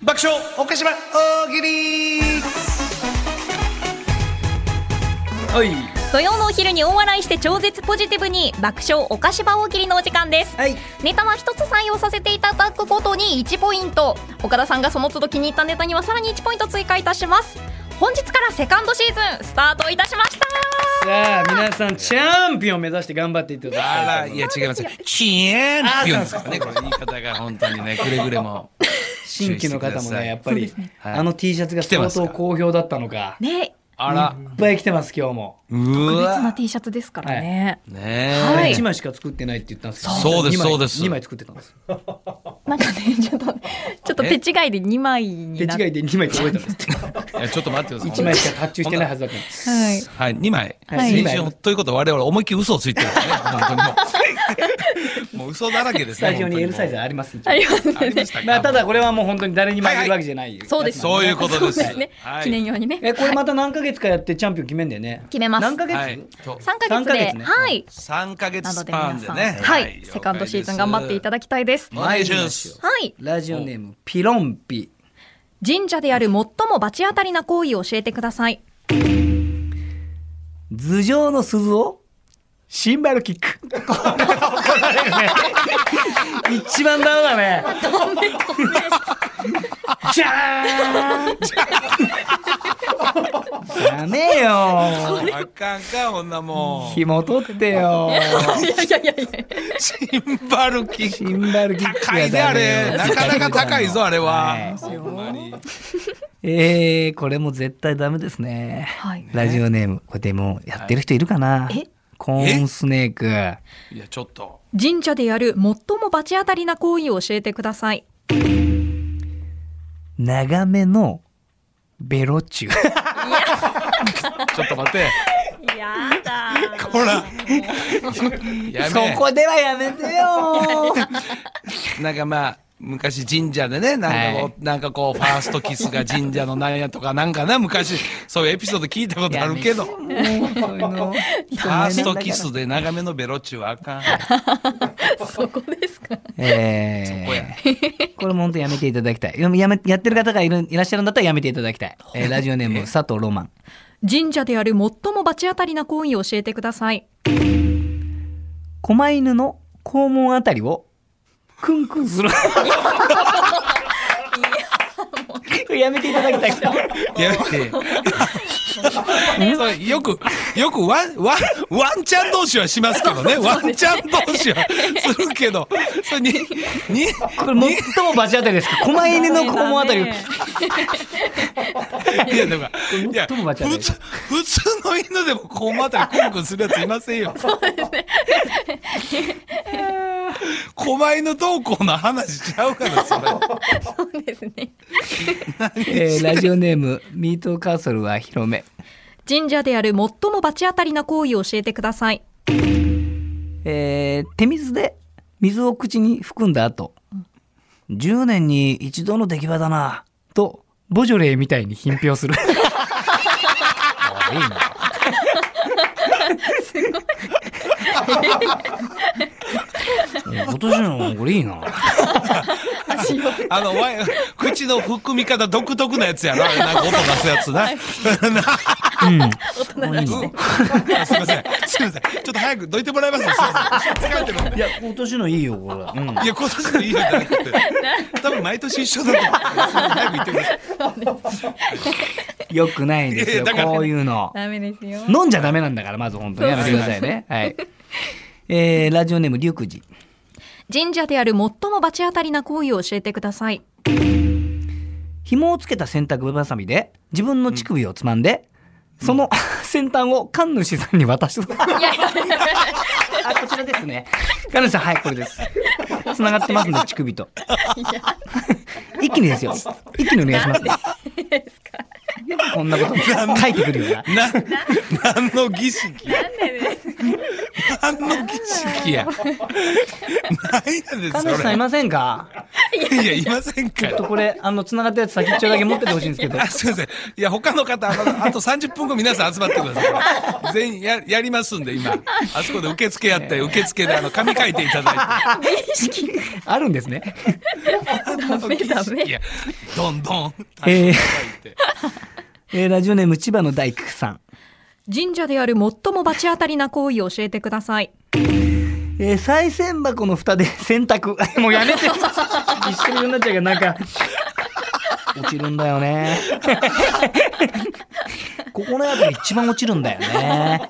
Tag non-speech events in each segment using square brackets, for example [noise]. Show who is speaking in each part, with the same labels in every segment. Speaker 1: 爆笑岡島大喜利はい
Speaker 2: 土曜のお昼に大笑いして超絶ポジティブに爆笑おかしば大喜利のお時間です、
Speaker 1: はい
Speaker 2: ネタは一つ採用させていただくことに1ポイント岡田さんがその都度気に入ったネタにはさらに1ポイント追加いたします本日からセカンドシーズンスタートいたしました
Speaker 3: さあ皆さんチャンピオン目指して頑張っていただきたい
Speaker 1: あらいや違いますチエンって言うんですからねこれ言い方が本当にねくれぐれも
Speaker 3: 新規の方もねやっぱり、
Speaker 1: はい
Speaker 3: あの T シャツが
Speaker 1: てま
Speaker 3: 相
Speaker 1: すか
Speaker 3: 当好評だったのか
Speaker 2: ね
Speaker 1: あら
Speaker 3: いっぱい来てます今日も、
Speaker 1: う
Speaker 2: 別な
Speaker 1: わ
Speaker 2: T シャツですからね、
Speaker 1: ね
Speaker 2: は
Speaker 3: 一
Speaker 2: い
Speaker 3: 1枚しか作ってないって言ったんですけど
Speaker 1: そうです
Speaker 3: 二枚
Speaker 1: そうです
Speaker 3: 2枚作ってたんです
Speaker 2: なんかねちょっとちょっと手違いで2枚に
Speaker 3: 手
Speaker 2: なっ
Speaker 3: 違いで2枚って覚えたんですって
Speaker 1: えいやちょっと待ってください
Speaker 3: 1枚しか発注してないはずだったんです
Speaker 2: はい
Speaker 1: はい2枚
Speaker 3: はい
Speaker 1: 先週ということは我々思いっきり嘘をついてるよね本当にもうもう嘘だらけですね
Speaker 3: スタジオに L サイズ
Speaker 1: あ
Speaker 3: あります
Speaker 2: あります
Speaker 1: りましたか
Speaker 3: まあただこれはもう本当に誰にもあげるわけじゃない、
Speaker 2: そうです
Speaker 1: そういうことです
Speaker 2: ね、
Speaker 1: はい
Speaker 2: 記念用にね
Speaker 3: えこれまた何ヶ月かやってチャンピオン決めんだよね
Speaker 2: 決めます
Speaker 3: 何ヶ月、
Speaker 1: はいと
Speaker 2: 3ヶ月
Speaker 3: 三ヶ
Speaker 2: で
Speaker 3: 月ね
Speaker 2: はい
Speaker 1: 三ヶ月
Speaker 2: なの
Speaker 1: ス
Speaker 2: で
Speaker 1: パ
Speaker 2: 皆
Speaker 1: ンで
Speaker 2: さん、
Speaker 1: ね
Speaker 2: はい、セカンドシーズン頑張っていた
Speaker 1: だ
Speaker 2: だきたいです。
Speaker 1: お願いします
Speaker 2: はい、
Speaker 3: ラジオネームピロンピ
Speaker 2: 神社でやる最も罰当たりな行為を教えてください。
Speaker 3: 頭上の鈴をシンバルキック。これは怒られるね。一番ダメだね。じゃーん。ダメよ。
Speaker 1: あかんかこんなもう
Speaker 3: 紐取ってよ。
Speaker 2: いやいやいやいや、
Speaker 1: シンバルキ
Speaker 3: シ
Speaker 1: ック
Speaker 3: ンバルキック
Speaker 1: 高いね
Speaker 3: がダ
Speaker 1: あ
Speaker 3: メ
Speaker 1: れ
Speaker 3: よ。
Speaker 1: なかなか高いぞあれは
Speaker 3: はい
Speaker 1: ほんまに
Speaker 3: えー、これも絶対ダメですね。
Speaker 2: はい
Speaker 3: ラジオネーム、これでもうやってる人いるかな。
Speaker 2: え
Speaker 3: コーンスネーク。
Speaker 1: いやちょっと
Speaker 2: 神社でやる最も罰当たりな行為を教えてください。
Speaker 3: 長めのベロチュー。
Speaker 1: ちょっと待
Speaker 3: [laughs]
Speaker 1: って
Speaker 2: やだ。
Speaker 1: ほらや
Speaker 3: そ
Speaker 1: め
Speaker 3: こではや
Speaker 1: [laughs]
Speaker 3: めてよ
Speaker 1: なんかまあ昔神社でねなんかこう、
Speaker 3: はい
Speaker 1: なんかこうファーストキスが神社のなんやとかなんかな昔そういうエピソード聞いたことあるけどファーストキスで長めのベロチュはあかん
Speaker 2: そこですか。
Speaker 3: え
Speaker 1: そこや
Speaker 3: ー、これも本当やめていただきたいやめやめやってる方がいるいらっしゃるんだったらやめていただきたい、えーラジオネーム佐藤ロマン
Speaker 2: 神社でやる最も罰当たりな行為を教えてください。
Speaker 3: 狛犬の肛門あたりをクンクンするやめていただきたい
Speaker 1: やめて。それよく、よくワン、ワン、ワンちゃん同士はしますけどね。ワンちゃん同士はするけど。それに、に、
Speaker 3: これ最も罰当たりですけど狛犬の肛門あたりを
Speaker 2: ダメだね
Speaker 1: いや、だから、いや、
Speaker 3: 最も間違いない
Speaker 1: 普通、普通の犬でもこのあたりクンクンするやついませんよ。そう [laughs] ですね。狛犬同行の話ちゃうから、それ。
Speaker 2: そうですね。
Speaker 3: [laughs] えーラジオネームミートカーソルは広め
Speaker 2: 神社でやる最も罰当たりな行為を教えてください。
Speaker 3: えー手水で水を口に含んだ後、10年に一度の出来場だなとボジョレーみたいに品評す [laughs] る [laughs] 今年のこれいいな
Speaker 1: あの、わい口の含み方独特なやつやな。なんか音出すやつな。 [laughs]
Speaker 3: いいな
Speaker 1: あすみません。すみません。ちょっと早くどいてもらいます。すみません。疲れてる。
Speaker 3: いや今年のいいよこれ、うん
Speaker 1: いや、今年のいいよじゃなくて。多分毎年一緒だと思う。早く言ってください。
Speaker 3: よくないんです
Speaker 1: いや
Speaker 3: よ
Speaker 1: いやだから
Speaker 3: こういうの
Speaker 2: ダメですよ。
Speaker 3: 飲んじゃダメなんだからまず本当にやめてくださいねはい、えーラジオネームリュウクジ
Speaker 2: 神社でやる最も罰当たりな行為を教えてください。
Speaker 3: 紐をつけた洗濯ばさみで自分の乳首をつまんで、その [laughs] 先端を神主さんに渡 [laughs] しあ
Speaker 2: いやいやいや
Speaker 3: こちらですね神主さんはいこれですつながってますんで乳首と一気にですよ一気にお願いしますねよくこんなこと書いてくるよな
Speaker 1: な、何の儀式何の儀式や。何やねん、
Speaker 3: 神主
Speaker 1: そ
Speaker 3: さんい
Speaker 1: れ。
Speaker 3: ませんか
Speaker 2: い
Speaker 1: いや、いませんか
Speaker 3: ちょっと
Speaker 1: ら。
Speaker 3: これ、あの、繋がったやつ先っちょだけ持っててほしいんですけど
Speaker 1: あ。すいません。いや、他の方、あのあと30分後皆さん集まってください。全員ややりますんで、今。あそこで受付やって、受付であの紙書いてい
Speaker 3: [laughs]
Speaker 1: ただいて。
Speaker 3: あるんですね。
Speaker 2: ダメダメ
Speaker 1: いや、どんどん。
Speaker 3: えー
Speaker 1: て
Speaker 3: えーラジオネーム千葉の大工さん。
Speaker 2: 神社である最も罰当たりな行為を教えてください。
Speaker 3: えー、再銭箱の蓋で [laughs] 洗濯。もう
Speaker 1: [laughs]
Speaker 3: やめて。一緒になっちゃうけど、なんか、落ちるんだ
Speaker 1: [laughs]
Speaker 3: よね。ここのやつが一番落ちるんだ
Speaker 1: [laughs]
Speaker 3: よね。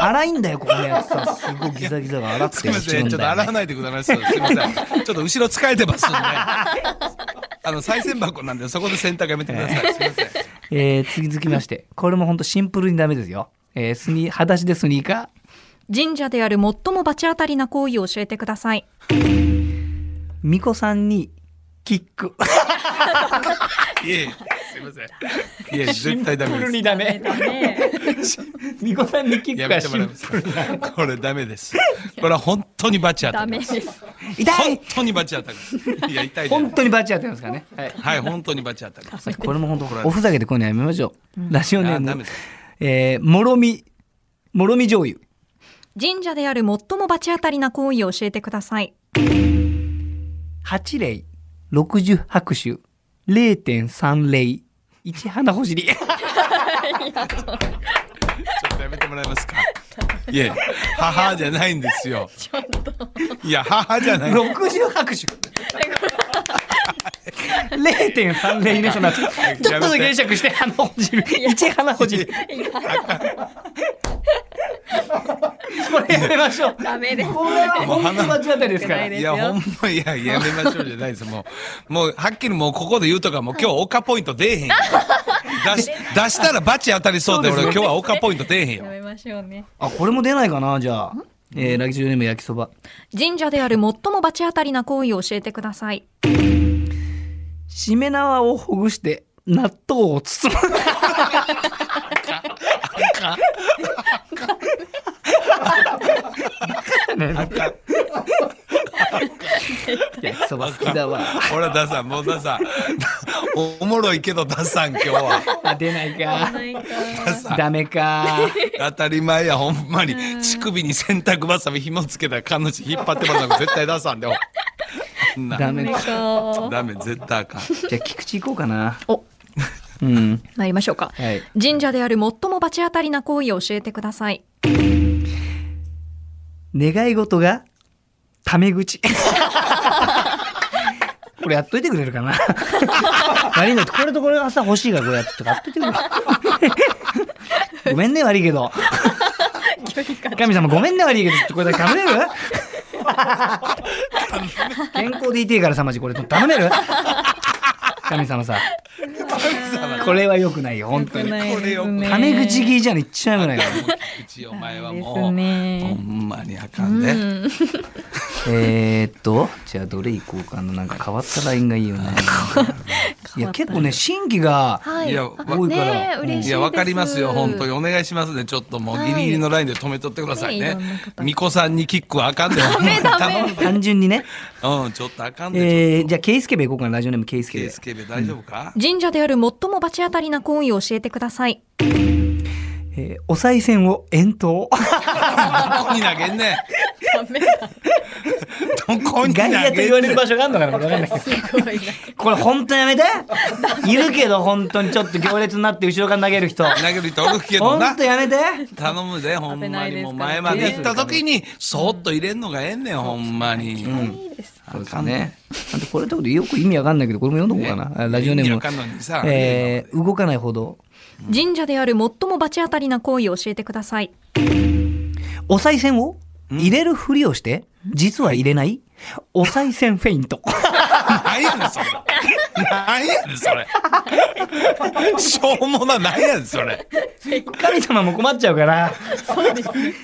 Speaker 3: 荒いんだよ、ここのやつさ。すごいギザギザが荒く
Speaker 1: す
Speaker 3: て
Speaker 1: みま
Speaker 3: 落ち
Speaker 1: せ
Speaker 3: る
Speaker 1: ん、
Speaker 3: ん
Speaker 1: ちょっと
Speaker 3: だよ、
Speaker 1: 洗
Speaker 3: ね
Speaker 1: わ。ないでください。すみません。ちょっと後ろ疲れてますんで。あの、再銭箱なんで、そこで洗濯やめてください。すみません。
Speaker 3: えー、次続きまして。これも本当シンプルにダメですよ。えー、スニー、裸足でスニーカー。
Speaker 2: 神社である最も罰当たりな行為を教えてください。
Speaker 3: 巫女さんに、キック。
Speaker 1: いえいえ、すみません。いえ、絶対ダメです。
Speaker 3: ダメ。 [laughs] 巫女さんにキッ
Speaker 1: や
Speaker 3: クは
Speaker 1: めて
Speaker 3: シ
Speaker 1: もらえま
Speaker 3: ン
Speaker 1: すか。これダメです。これは本当にバチ当た
Speaker 2: ダ
Speaker 1: り
Speaker 2: メ
Speaker 1: で。
Speaker 2: ですす。
Speaker 3: 痛
Speaker 1: 本
Speaker 3: い
Speaker 1: 当にバチ当たりです。いや、痛いです
Speaker 3: 本。当にバチ当てますからね。はい。
Speaker 1: はい、本当にバチ当たりです。
Speaker 3: これも本当、おふざけでこういうのやめましょう。ラジオネ
Speaker 1: あ
Speaker 3: ー
Speaker 1: ダメ
Speaker 3: ム
Speaker 1: です、
Speaker 3: えー、もろみ、もろみ醤油。
Speaker 2: 神社である最も罰当たりな行為を教えてください。
Speaker 3: 八礼、六十拍手、零点三礼、一花ほじり。
Speaker 1: ちょっとやめてもらえますか。いえ、母じゃないんですよ。いや、母じゃない。
Speaker 3: 六十拍手。零点三礼ね、その後。ちょっとだけ解釈して、花ほじり。一花ほじり。 [laughs] これやめましょう。
Speaker 2: ダメです。
Speaker 3: これは本当にバチ当たりですから。
Speaker 1: いや、ほんま、いや、やめましょうじゃないです。もう、 [laughs] もう、はっきりもうここで言うとか、もう今日オカポイント出えへんよ。出し、出したらバチ当たりそうで、俺今日はオカポイント出えへん
Speaker 2: [laughs]
Speaker 1: よ
Speaker 2: や。めましょうね。
Speaker 3: あ、これも出ないかな、じゃあ。えー、ラジオネーム焼きそば。
Speaker 2: 神社である最も罰当たりな行為を教えてください。
Speaker 3: しめ縄をほぐして、納豆を包む。
Speaker 1: あかん
Speaker 3: 焼きそば好きだわ。
Speaker 1: ほら、ダさん、もうダさん。おおもろいけど、ダさん、今日は。
Speaker 3: あ、出ないか。
Speaker 2: ないか。
Speaker 1: ダさん。
Speaker 3: ダメか。
Speaker 1: 当たり前や、ほんまに。乳首に洗濯ばさみ紐つけたら彼女引っ張ってもらうの絶対ダさんで。ほんあんな
Speaker 3: ダメか。
Speaker 2: か。
Speaker 1: ダメ、絶対あかん。
Speaker 3: じゃあ、菊池行こうかな。
Speaker 2: お、
Speaker 3: うん。
Speaker 2: 参りましょうか。
Speaker 3: はい。
Speaker 2: 神社である最も罰当たりな行為を教えてください。
Speaker 3: 願い事が、タメ口。これやっといてくれるかな。悪いんだって、これとこれがさ、欲しいからこれやってとかやっといてくれる。ごめんね、悪いけど。神様ごめんね、悪いけど、ちょっとこれだけ頼める健康でいていからさ、マジこれ頼める神様さ、これは良くないよ、本当に。
Speaker 1: これよく
Speaker 3: タメ口切りじゃの一番良くないから。
Speaker 1: 口お前は
Speaker 2: で
Speaker 1: もう
Speaker 2: す、
Speaker 1: ほ
Speaker 2: ね。
Speaker 1: んまにあかんね。
Speaker 3: えーっと、じゃあどれいこうかな。なんか変わったラインがいいよ
Speaker 1: [laughs]
Speaker 3: ね。いや、結構ね、新規が、
Speaker 2: はい
Speaker 1: いや
Speaker 2: あ
Speaker 1: 多
Speaker 3: いから
Speaker 2: ねえ
Speaker 3: うん
Speaker 2: 嬉しいです。
Speaker 1: いや、わかりますよ、本当に。お願いしますね。ちょっともう、ギリギリのラインで止めとってくださいね
Speaker 2: はいねいろんな方。が
Speaker 1: 巫女さんにキックはあかんで。ダメ
Speaker 2: ダメ
Speaker 3: 単
Speaker 1: [laughs]
Speaker 3: 純にね。
Speaker 1: うん、ちょっとあかんで。
Speaker 3: えー、じゃあ、ケイスケベいこうかな。ラジオネームケイスケ
Speaker 1: ケー
Speaker 3: ベ
Speaker 1: ス。ケベ大丈夫か
Speaker 2: 神社である最も罰当たりな行為を教えてください。
Speaker 3: えーお賽銭を遠
Speaker 1: ど
Speaker 3: 投。
Speaker 1: こに投げんねん。どこに投
Speaker 3: 外野と
Speaker 1: げ
Speaker 3: 言
Speaker 1: ん
Speaker 3: われる場所があるのかなこれわかんないけど
Speaker 1: [laughs]
Speaker 3: これ本当やめているけど本当にちょっと行列になって後ろから投げる人
Speaker 1: 投げる人おるけど
Speaker 3: 本
Speaker 1: な
Speaker 3: 当。やめて
Speaker 1: 頼むで、ほん
Speaker 2: 危
Speaker 1: ま
Speaker 2: ない
Speaker 1: に。
Speaker 2: ですから
Speaker 1: もう前まで行った時に、そーっと入れんのがええんねん、ほんまに。
Speaker 3: そうですねあとこれってことよく意味わかんないけどこれも読んどこうかなあラジオネー
Speaker 1: 意味
Speaker 3: ム
Speaker 1: わかんのにさ
Speaker 3: えー動かない歩道
Speaker 2: 神社である最も罰当たりな行為を教えてください。
Speaker 3: お賽銭を入れるふりをして実は入れないお賽銭フェイント
Speaker 1: なんやねん、それ。なんやねん、それ。しょうもな、なんやねん、それ。
Speaker 3: [laughs] 神様も困っちゃうから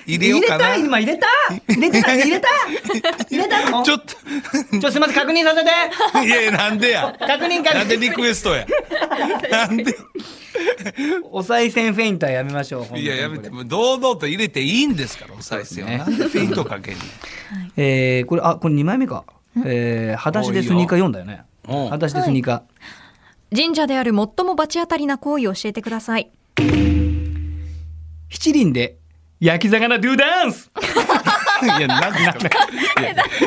Speaker 1: 入れようかな。
Speaker 3: 入れた今入れた入れてた入れた入れた
Speaker 1: [laughs]
Speaker 3: の
Speaker 1: ち
Speaker 3: ち
Speaker 1: ょ
Speaker 3: ょ
Speaker 1: っ
Speaker 3: っとすいません確認させて
Speaker 1: と、 [laughs] いや、なんでや。
Speaker 3: 確認確
Speaker 1: なんで
Speaker 3: 認
Speaker 1: リクエストや。 [laughs] なんで、
Speaker 3: お賽銭フェイントはやめましょう本当に
Speaker 1: いや、やめて、もう堂々と入れていいんですから、お賽銭を。
Speaker 3: そう
Speaker 1: な
Speaker 3: ですね
Speaker 1: んでフェイントかけんねん。
Speaker 3: えー、これ、あ、これ2枚目か。えー、裸足でスニーカー読んだよね。
Speaker 1: うん
Speaker 3: 裸足でスニーカ
Speaker 2: 神社である最も罰当たりな行為を教えてください。
Speaker 3: ー。七輪で焼き魚ドゥダンス。
Speaker 1: [laughs] [laughs] いや、なんなんい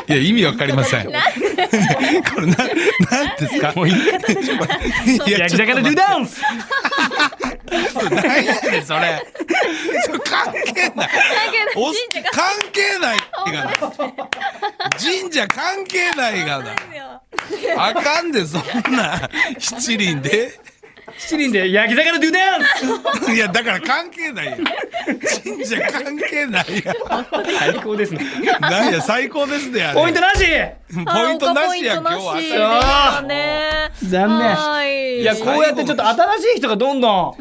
Speaker 1: や、意味わかりません。こ [laughs] れ、な、なんですか。もう言い方でしょ
Speaker 3: 焼き魚ドゥダンス。
Speaker 1: ない [laughs] ね、それ。それ関係ない。お関係ないってがな。神社関係ないがな。あかんで、そんな。七輪で。
Speaker 3: 七輪で焼き魚ドゥダン
Speaker 1: [laughs]
Speaker 3: ス。
Speaker 1: いや、だから関係ないやん。神社関係ないやん。
Speaker 3: 最高 [laughs] ですね。
Speaker 1: なんや、最高ですね。あれ
Speaker 3: ポイントなし。
Speaker 1: ポイントなしや、今日
Speaker 2: あポイントなしで
Speaker 1: は。
Speaker 2: したね。
Speaker 3: 残念
Speaker 2: はい。
Speaker 3: いやこうやってちょっと新しい人がどんどん。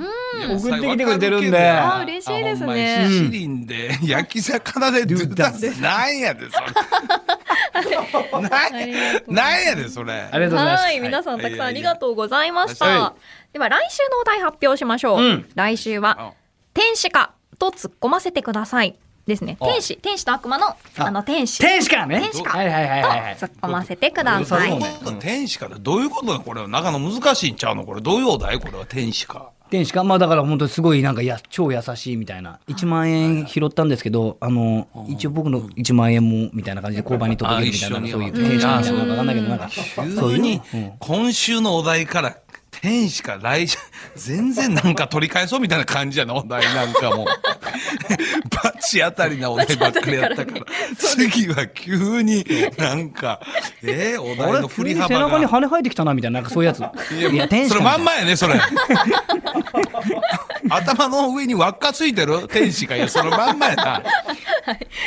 Speaker 3: 送ってきてくれてるんであ
Speaker 2: 嬉しいですね
Speaker 1: シシリンで焼き魚でドゥダンスなんやでそれ。なんやなんやでそれ
Speaker 3: あ。りがとうございます。
Speaker 2: はい、皆さんたくさんありがとうございました。
Speaker 1: はいは
Speaker 2: では来週のお題発表しましょう。
Speaker 3: うん
Speaker 2: 来週は天使かと突っ込ませてくださいですね。
Speaker 3: あ
Speaker 2: 天使、天使と悪魔のあの天使と
Speaker 3: 天使かね。
Speaker 2: 天使か
Speaker 3: はいはいはいはいはい。
Speaker 2: 突っ込ませてください。
Speaker 3: 良さそうね
Speaker 1: 天使かどういうことだこれは中の難しいんちゃうのこれどういうお題これは天使か。
Speaker 3: 天使かまあだから本当にすごいなんかや超優しいみたいな1万円拾ったんですけどあの一応僕の1万円もみたいな感じで交番に届けるみたい
Speaker 1: あ
Speaker 3: な
Speaker 1: 一緒
Speaker 3: そうい
Speaker 1: に
Speaker 3: う天使みたいなのかわかんないけどなんかそう
Speaker 1: 急
Speaker 3: いう
Speaker 1: に
Speaker 3: うん
Speaker 1: 今週のお題から天使か来週全然なんか取り返そうみたいな感じやなお題なんかもうバチ当たりなお題ばっかりやったから次は急になんかえー、お
Speaker 3: あ
Speaker 1: 題の
Speaker 3: れ
Speaker 1: 振
Speaker 3: 急
Speaker 1: り
Speaker 3: に
Speaker 1: 幅
Speaker 3: 背
Speaker 1: が
Speaker 3: 中に羽生えてきたなみたいななんかそういうやついや天使
Speaker 1: そ
Speaker 3: か
Speaker 1: れま
Speaker 3: みたい
Speaker 1: ん
Speaker 3: な
Speaker 1: まやねそれ頭の上に輪っかついてる天使かいやそのまんまやな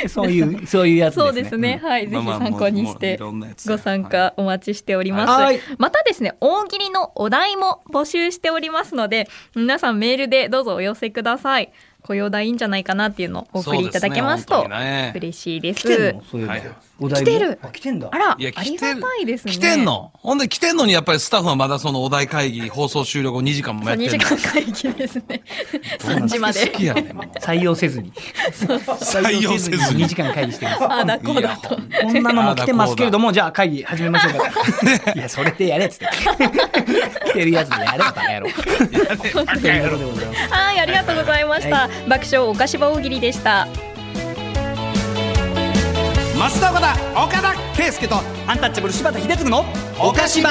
Speaker 3: そういうそういうやつです
Speaker 2: そ
Speaker 3: ね
Speaker 2: うですね。はい、ぜ
Speaker 1: まあ
Speaker 2: ひ
Speaker 1: まあ
Speaker 2: 参考にし
Speaker 1: もうもうい
Speaker 2: て
Speaker 1: ろんなやつ
Speaker 2: ご参加お待ちしております。
Speaker 3: はい
Speaker 2: またですね、大喜利のお題も募集しておりますので、皆さんメールでどうぞお寄せください。ご用題いいんじゃないかなっていうのをお送りいただけます
Speaker 1: そう
Speaker 2: と
Speaker 1: ですね本当にね
Speaker 2: 嬉しいで
Speaker 3: 来てん
Speaker 2: す
Speaker 3: の。そういうの
Speaker 1: はい
Speaker 3: お題
Speaker 2: 来
Speaker 3: も
Speaker 2: てる
Speaker 3: あ来てんだ
Speaker 2: あら、あ
Speaker 1: いや
Speaker 2: り
Speaker 1: 来て
Speaker 2: が
Speaker 1: る
Speaker 2: たいですね。
Speaker 1: 来てんのほんで来てんのにやっぱりスタッフはまだそのお題会議放送終了後2時間も
Speaker 2: そ
Speaker 1: や
Speaker 2: う。
Speaker 1: って
Speaker 2: 2
Speaker 1: る
Speaker 2: 時間会議です
Speaker 1: [laughs]
Speaker 2: ね。3時まで
Speaker 1: 好。きやねもう
Speaker 3: 採用せずに
Speaker 1: 採用せずに
Speaker 3: 2時間会議してます
Speaker 2: ああだこうだ
Speaker 1: いや
Speaker 2: と
Speaker 1: ほん。
Speaker 3: こんなのも来てますけれども、じゃあ会議始めましょう [laughs] か。いや、それでやれっつって。来てるやつでやればバカ野郎。ということでございます。
Speaker 2: はい、ありがとうございました。爆笑おかしば大喜利でした。
Speaker 3: 増田岡田、岡田圭介と、アンタッチャブル柴田秀嗣の、岡島。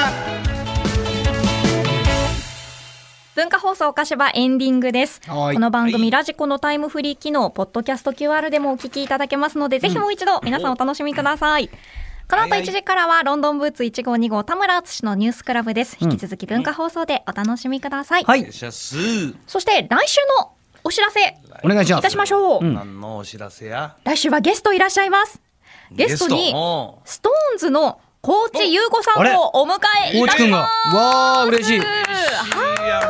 Speaker 2: 文化放送かしばエンディングです。
Speaker 3: はい
Speaker 2: この番組、
Speaker 1: はい
Speaker 2: ラジコのタイムフリー機能、ポッドキャスト QR でもお聞きいただけますので、ぜひもう一度皆さんお楽しみください。この後
Speaker 1: はいはい
Speaker 2: 1時からはロンドンブーツ1号2号田村敦のニュースクラブです。引き続き文化放送でお楽しみください。
Speaker 3: は
Speaker 1: よっ
Speaker 3: い、
Speaker 1: しゃすー
Speaker 2: そして来週のお知らせ
Speaker 3: お願いします。
Speaker 2: いたしましょう。
Speaker 3: うん
Speaker 1: 何のお知らせや
Speaker 2: 来週はゲストいらっしゃいます。ゲストに
Speaker 1: おう
Speaker 2: ストーンズの高地優子さんをお迎えい
Speaker 3: 大
Speaker 2: た
Speaker 3: 地
Speaker 2: し
Speaker 3: くんが、
Speaker 2: ま
Speaker 3: わあ、嬉しい。
Speaker 2: す。
Speaker 1: はいや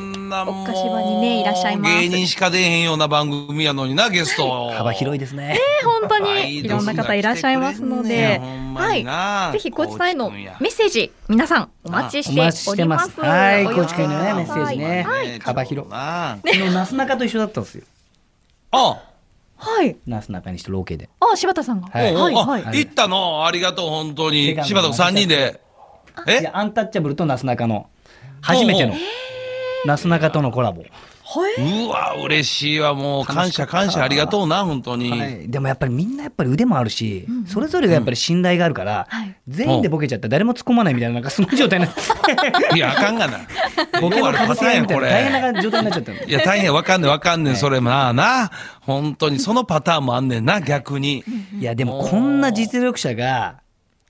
Speaker 1: こんなもう
Speaker 2: お菓子場にねいらっしゃいます
Speaker 1: 芸人しか出えへんような番組やのになゲスト
Speaker 3: 幅広いですね。
Speaker 2: 本当
Speaker 1: はい
Speaker 2: にいろんな方いらっしゃいますので、
Speaker 1: どんな来てくれ
Speaker 2: はい
Speaker 1: んねんほんまにな、
Speaker 2: ぜひ高知さんへの
Speaker 1: 高知くん
Speaker 2: メ
Speaker 1: や
Speaker 2: ッセージ皆さんお待ちして
Speaker 3: お待ち
Speaker 2: お
Speaker 3: し
Speaker 2: り
Speaker 3: てま
Speaker 2: ますす。
Speaker 3: はい
Speaker 2: お寄せ
Speaker 3: 高知くんへのね
Speaker 2: ください
Speaker 3: メッセージね
Speaker 2: はい
Speaker 1: ね
Speaker 3: 幅広
Speaker 1: ちょっとな
Speaker 3: 昨日、なすなかと一緒だったんですよ。
Speaker 1: あ
Speaker 2: はい。
Speaker 3: なすなかにしてロケで。
Speaker 2: あ、柴田さんが。
Speaker 3: はい
Speaker 2: はい
Speaker 1: あ
Speaker 2: はい。
Speaker 1: 行ったのありがとう本当
Speaker 3: セ
Speaker 1: に
Speaker 3: カンド
Speaker 1: 柴田君三人で
Speaker 3: い
Speaker 1: え
Speaker 3: やアンタッチャブルとなすなかの、初めての
Speaker 1: おう、
Speaker 3: なすなかとのコラボ。
Speaker 2: はい。
Speaker 1: うわ嬉しいわもう感謝感謝ありがとうな本当に、
Speaker 3: はい、でもやっぱりみんなやっぱり腕もあるし、それぞれがやっぱり信頼があるから、
Speaker 2: はい
Speaker 3: 全員でボケちゃったら誰も突っ込まないみたいななんかすごい状態になっ
Speaker 2: [laughs]
Speaker 3: て
Speaker 1: い、やあかんがな
Speaker 3: ボケ
Speaker 1: よう
Speaker 3: の
Speaker 1: あるパ
Speaker 3: 数
Speaker 1: ターン
Speaker 3: 制
Speaker 1: や
Speaker 3: みたい
Speaker 1: こ
Speaker 3: な
Speaker 1: れ
Speaker 3: 大変な状態になっちゃったの
Speaker 1: いや、大変わかんねんわかんねん、それまあな。本当に、そのパターンもあんねんな、逆に。
Speaker 3: いやでもこんな実力者が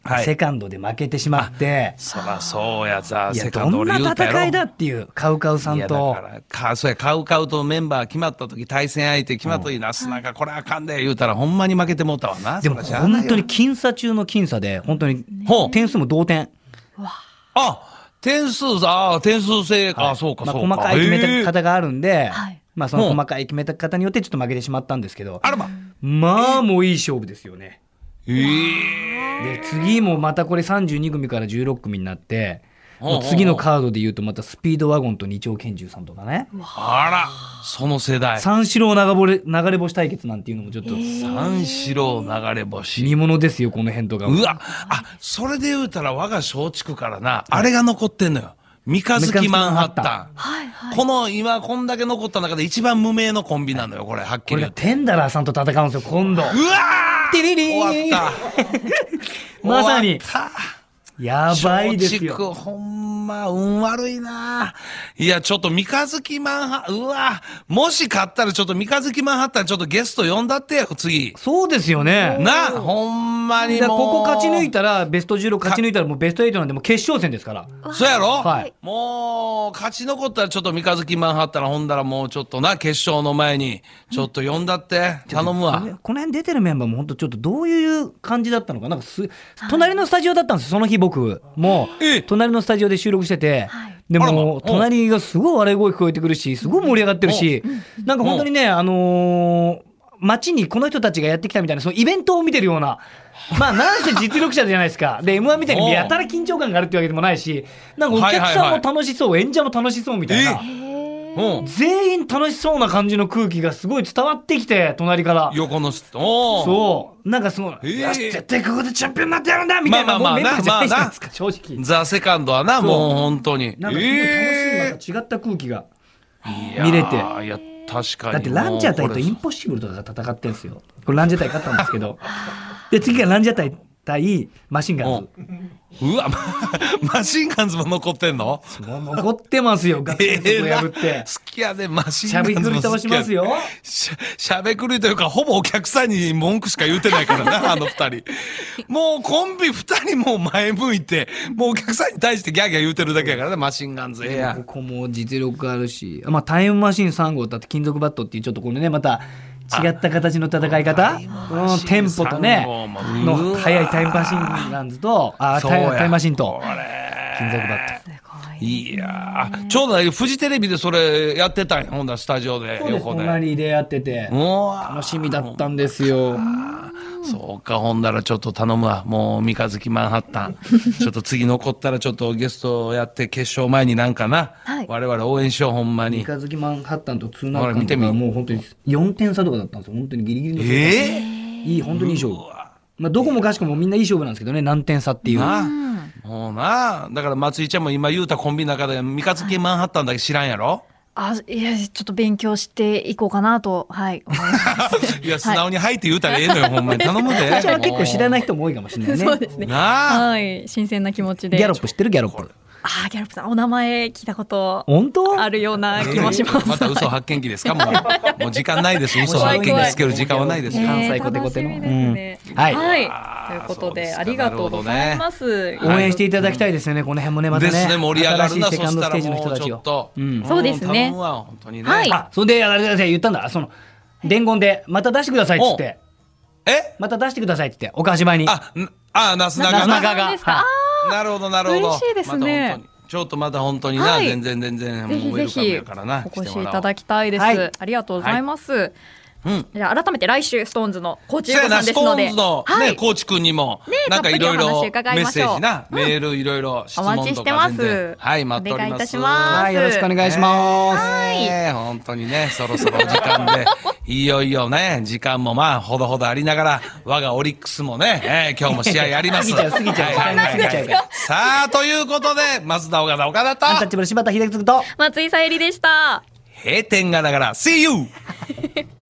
Speaker 1: はい
Speaker 3: セカンドで負けてしまって、
Speaker 1: そらそうやざ、
Speaker 3: い、や
Speaker 1: セカ
Speaker 3: ど
Speaker 1: ンド
Speaker 3: ん
Speaker 1: 俺
Speaker 3: な
Speaker 1: 言うたやろ。
Speaker 3: 戦いだっていうカウカウさ
Speaker 1: い
Speaker 3: ん
Speaker 1: やだ
Speaker 3: と
Speaker 1: からかそうやカウカウとメンバー決まった時対戦相手決まった時なすなかこれあかんで言うたらほんまに負けてもうたわな
Speaker 3: で
Speaker 1: そ
Speaker 3: も
Speaker 1: らしゃあない
Speaker 3: 本当に僅差中の僅差で本当に
Speaker 1: ほう
Speaker 3: 点数も同点、
Speaker 1: あ点数ああ点数制か、あそうか
Speaker 3: まあ、
Speaker 1: そうか、
Speaker 3: 細かい決め
Speaker 1: へえ
Speaker 3: た方があるんで、
Speaker 2: はい
Speaker 3: まあ、その
Speaker 1: ほう
Speaker 3: 細かい決めた方によってちょっと負けてしまったんですけど
Speaker 1: あらま
Speaker 3: まあもういい勝負ですよね。
Speaker 1: ええ
Speaker 3: で次もまたこれ32組から16組になって
Speaker 1: ほうほうほう
Speaker 3: 次のカードで言うとまたスピードワゴンと二丁拳銃さんとかね
Speaker 1: あら、その世代。
Speaker 3: 三四郎長ぼれ流れ星対決なんていうのもちょっと
Speaker 1: 三四郎流れ星。
Speaker 3: 見ものですよこの辺とかも
Speaker 1: うわ、あ、それで言うたら我が松竹からな、あれが残ってんのよ。三日月マンハッタン。
Speaker 2: はいはい。
Speaker 1: この今こんだけ残った中で一番無名のコンビなのよ、これ、はっきり
Speaker 3: これ
Speaker 1: 言
Speaker 3: が
Speaker 1: って。
Speaker 3: テンダラーさんと戦うんですよ今度
Speaker 1: うわー
Speaker 3: テレリーン
Speaker 1: 終わった。
Speaker 3: まさに
Speaker 1: 終わった
Speaker 3: やばいですよ
Speaker 1: 松竹ほんま、運悪いな。いや、ちょっと三日月マンハ、うわ、もし勝ったらちょっと三日月マンハッタンちょっとゲスト呼んだってよ、次。
Speaker 3: そうですよね
Speaker 1: な、ほんまに
Speaker 3: だから
Speaker 1: もう。
Speaker 3: ここ勝ち抜いたらベスト16勝ち抜いたらもうベスト8なんでもう決勝戦ですから
Speaker 1: そうやろ、
Speaker 3: はい
Speaker 1: もう、勝ち残ったらちょっと三日月マンハッタンほんだらもうちょっとな、決勝の前に、ちょっと呼んだって、頼むわ。
Speaker 3: この辺出てるメンバーも本当ちょっとどういう感じだったのかなんかす隣のスタジオだったんですよその日僕も
Speaker 1: ええ
Speaker 3: う隣のスタジオで収録してて、で
Speaker 1: あらま
Speaker 3: も
Speaker 1: うん
Speaker 3: 隣がすごい笑い声聞こえてくるしすごい盛り上がってるしなんか本当にねあのー街にこの人たちがやってきたみたいなそのイベントを見てるようなまあなんせ実力者じゃないですかで m 1みたいにやたら緊張感があるってわけでもないしなんかお客
Speaker 1: はいはい
Speaker 3: さ
Speaker 1: はい
Speaker 3: んも楽しそう演者も楽しそうみたいな
Speaker 1: え
Speaker 2: へー
Speaker 1: うん。
Speaker 3: 全員楽しそうな感じの空気がすごい伝わってきて隣から。
Speaker 1: 横の人。おー
Speaker 3: そうなんかその、
Speaker 1: えー
Speaker 3: よし絶対ここでチャンピオンになってやるんだみたいな、
Speaker 1: まあまあまあ
Speaker 3: もうメンバーじゃないじ
Speaker 1: まあま
Speaker 3: ゃ
Speaker 1: あ
Speaker 3: ないですか、正直
Speaker 1: ザ・セカンドはな、もう本当に。
Speaker 3: なんかすごい楽しい、また違った空気が
Speaker 1: えー
Speaker 3: 見れて
Speaker 1: いやーいや、確かに。
Speaker 3: だってランジャタイとインポッシブルとかが戦ってんですよこれランジャタイ勝ったんですけどで次がランジャタイ対マシンガンズ
Speaker 1: うわ、まマシンガンズも残ってん
Speaker 3: [laughs]
Speaker 1: の
Speaker 3: もう残ってますよガッツリそこ破って、
Speaker 1: えーな好きやで、マシン
Speaker 3: し
Speaker 1: ガ
Speaker 3: ゃ
Speaker 1: ン
Speaker 3: べ
Speaker 1: ズも
Speaker 3: くり
Speaker 1: 好
Speaker 3: 倒
Speaker 1: き
Speaker 3: し
Speaker 1: や
Speaker 3: ま
Speaker 1: です
Speaker 3: よ
Speaker 1: しゃしゃべくりというか、ほぼお客さんに文句しか言うてないから
Speaker 2: [laughs]
Speaker 1: な、あの二人。もうコンビ二人もう前向いて、もうお客さんに対してギャーギャー言うてるだけやからね、マシンガンズ。ええや
Speaker 3: こ
Speaker 1: ん。
Speaker 3: こも実力あるし、まあ、タイムマシーン3号だって金属バットっていうちょっとこのねまた違った形の戦い方うんテンポとね
Speaker 1: 3号もう
Speaker 3: の
Speaker 1: わ
Speaker 3: 速いタイムマシーンガンズとあ
Speaker 1: そうや
Speaker 3: タイタイムマシーンと
Speaker 1: これ
Speaker 3: 金属バット
Speaker 2: すごい。
Speaker 1: いやー、ちょうどねフジテレビでそれやってたんや、ほんだらスタジオで、
Speaker 3: そうです
Speaker 1: 横で。
Speaker 3: 隣でやってて
Speaker 1: うわー
Speaker 3: 楽しみだったんですよ
Speaker 1: そうか、ほんだらちょっと頼むわ。もう三日月マンハッタ
Speaker 3: [laughs]
Speaker 1: ン。ちょっと次残ったらちょっとゲストをやって決勝前になんかな。
Speaker 2: はい
Speaker 1: 我々応援しよう、ほんまに。
Speaker 3: 三日月マンハッタンとツーナ
Speaker 1: ほ
Speaker 3: ー
Speaker 1: ら
Speaker 3: カ
Speaker 1: 見
Speaker 3: ン
Speaker 1: て
Speaker 3: と
Speaker 1: み
Speaker 3: かもう本当に4点差とかだったんですよ本当にギリギリの勝負
Speaker 1: え
Speaker 3: いい本当にいい勝負
Speaker 1: うわ
Speaker 3: まあどこもかしこもみんないい勝負なんですけどね何点差っていう
Speaker 1: なもうなだから松井ちゃんも今言うたコンビの中で三日月マンハッタンだけ知らんや
Speaker 3: [laughs]
Speaker 1: ろ、
Speaker 2: あ、いや、ちょっと勉強していこうかなと、はい、思います。
Speaker 1: い、や、素直に入って言うたらええのよ、ほんまに。頼むで。
Speaker 3: 私は結構知ら
Speaker 1: い。
Speaker 3: ない人も多いかもし
Speaker 1: [laughs]
Speaker 3: れないね
Speaker 2: そうですね。
Speaker 1: なあ。
Speaker 2: はい、新鮮な気持ちで。
Speaker 3: ギャロップ知ってるギャロップ
Speaker 2: あー、ギャロップさん、お名前聞いたこと
Speaker 3: 本当
Speaker 2: あるような気もします。
Speaker 1: また嘘発見器ですかもう。もう時間ないです。嘘発見器つける時間はないです
Speaker 3: え
Speaker 1: よ。
Speaker 3: ー関西コテコテの
Speaker 2: 楽しみですね
Speaker 3: うんはい
Speaker 2: というこ
Speaker 1: そ
Speaker 2: とで
Speaker 1: うですか
Speaker 2: ありがとうございます。
Speaker 3: 応援していただきたいですよね、この辺もね、また
Speaker 1: で
Speaker 3: ね。
Speaker 1: すね、盛り上がるな、
Speaker 3: 新しいセ
Speaker 1: そ
Speaker 3: カン
Speaker 1: し
Speaker 3: ド
Speaker 1: た
Speaker 3: ステ
Speaker 1: ら
Speaker 3: ージの
Speaker 1: も
Speaker 3: 人
Speaker 1: う
Speaker 3: た
Speaker 1: ち
Speaker 3: ち
Speaker 1: ょっ
Speaker 3: を。
Speaker 1: と。
Speaker 3: ん
Speaker 2: そうですね
Speaker 1: ん頼むわ本当にね。
Speaker 2: はい
Speaker 3: あ、そんで、あれだね言ったんだ、その、伝言で、また出してくださいっつって、
Speaker 1: え
Speaker 3: また出してくださいっつって、お菓子前に。
Speaker 1: あ、んあ、なすなか
Speaker 3: なす
Speaker 1: な。
Speaker 3: なか
Speaker 2: なんですか
Speaker 3: は
Speaker 1: なるほど、なるほど。
Speaker 2: 嬉しいです
Speaker 1: また本
Speaker 2: ね
Speaker 1: 当にちょっとまた本当にな、
Speaker 2: はい
Speaker 1: 全然全然、
Speaker 2: ぜ
Speaker 1: も
Speaker 2: ひ
Speaker 1: うウェ
Speaker 2: ぜ
Speaker 1: ルカム
Speaker 2: ひ
Speaker 1: やからな。
Speaker 2: お越しい
Speaker 1: 来てもらおう
Speaker 2: ただきたいです。
Speaker 3: はい
Speaker 2: ありがとうございます。
Speaker 1: うん。
Speaker 2: じゃあ改めて来週ストーンズのコーチ
Speaker 1: せ
Speaker 2: エ
Speaker 1: や
Speaker 2: さ
Speaker 1: なんス
Speaker 2: で
Speaker 1: ト
Speaker 2: すの
Speaker 1: ーン
Speaker 2: で、
Speaker 1: ズの
Speaker 2: は
Speaker 1: ね
Speaker 2: い、
Speaker 1: コーチ君にも
Speaker 2: ねえ
Speaker 1: なんかいろい
Speaker 2: たっ
Speaker 1: ろメ
Speaker 2: ぷりお話伺い
Speaker 1: ッ
Speaker 2: まし
Speaker 1: セ
Speaker 2: ょう
Speaker 1: ージなメールいろいろ質
Speaker 2: お
Speaker 1: 問
Speaker 2: 待ち
Speaker 1: と
Speaker 2: して
Speaker 1: か
Speaker 2: ま
Speaker 1: 全
Speaker 2: す
Speaker 1: 然。はい待っており
Speaker 2: お願いい
Speaker 1: ま
Speaker 2: た
Speaker 1: す。
Speaker 2: します
Speaker 3: はい、よろしくお願いします。
Speaker 1: はい、本当にね、そろそろ時間
Speaker 2: [laughs]
Speaker 1: で、いよいよね、時間もまあ、ほどほどありながら、我がオリックスもね、えー今日も試合やります。
Speaker 3: 過ぎちゃう過ぎちゃう
Speaker 1: はいはいはい
Speaker 3: 過ぎちゃうから
Speaker 1: さあ、ということで、松田岡田岡田と
Speaker 3: アンタッ、チャブル柴田秀樹と。
Speaker 2: 松井さゆりでした。
Speaker 1: 閉店がながら、See you!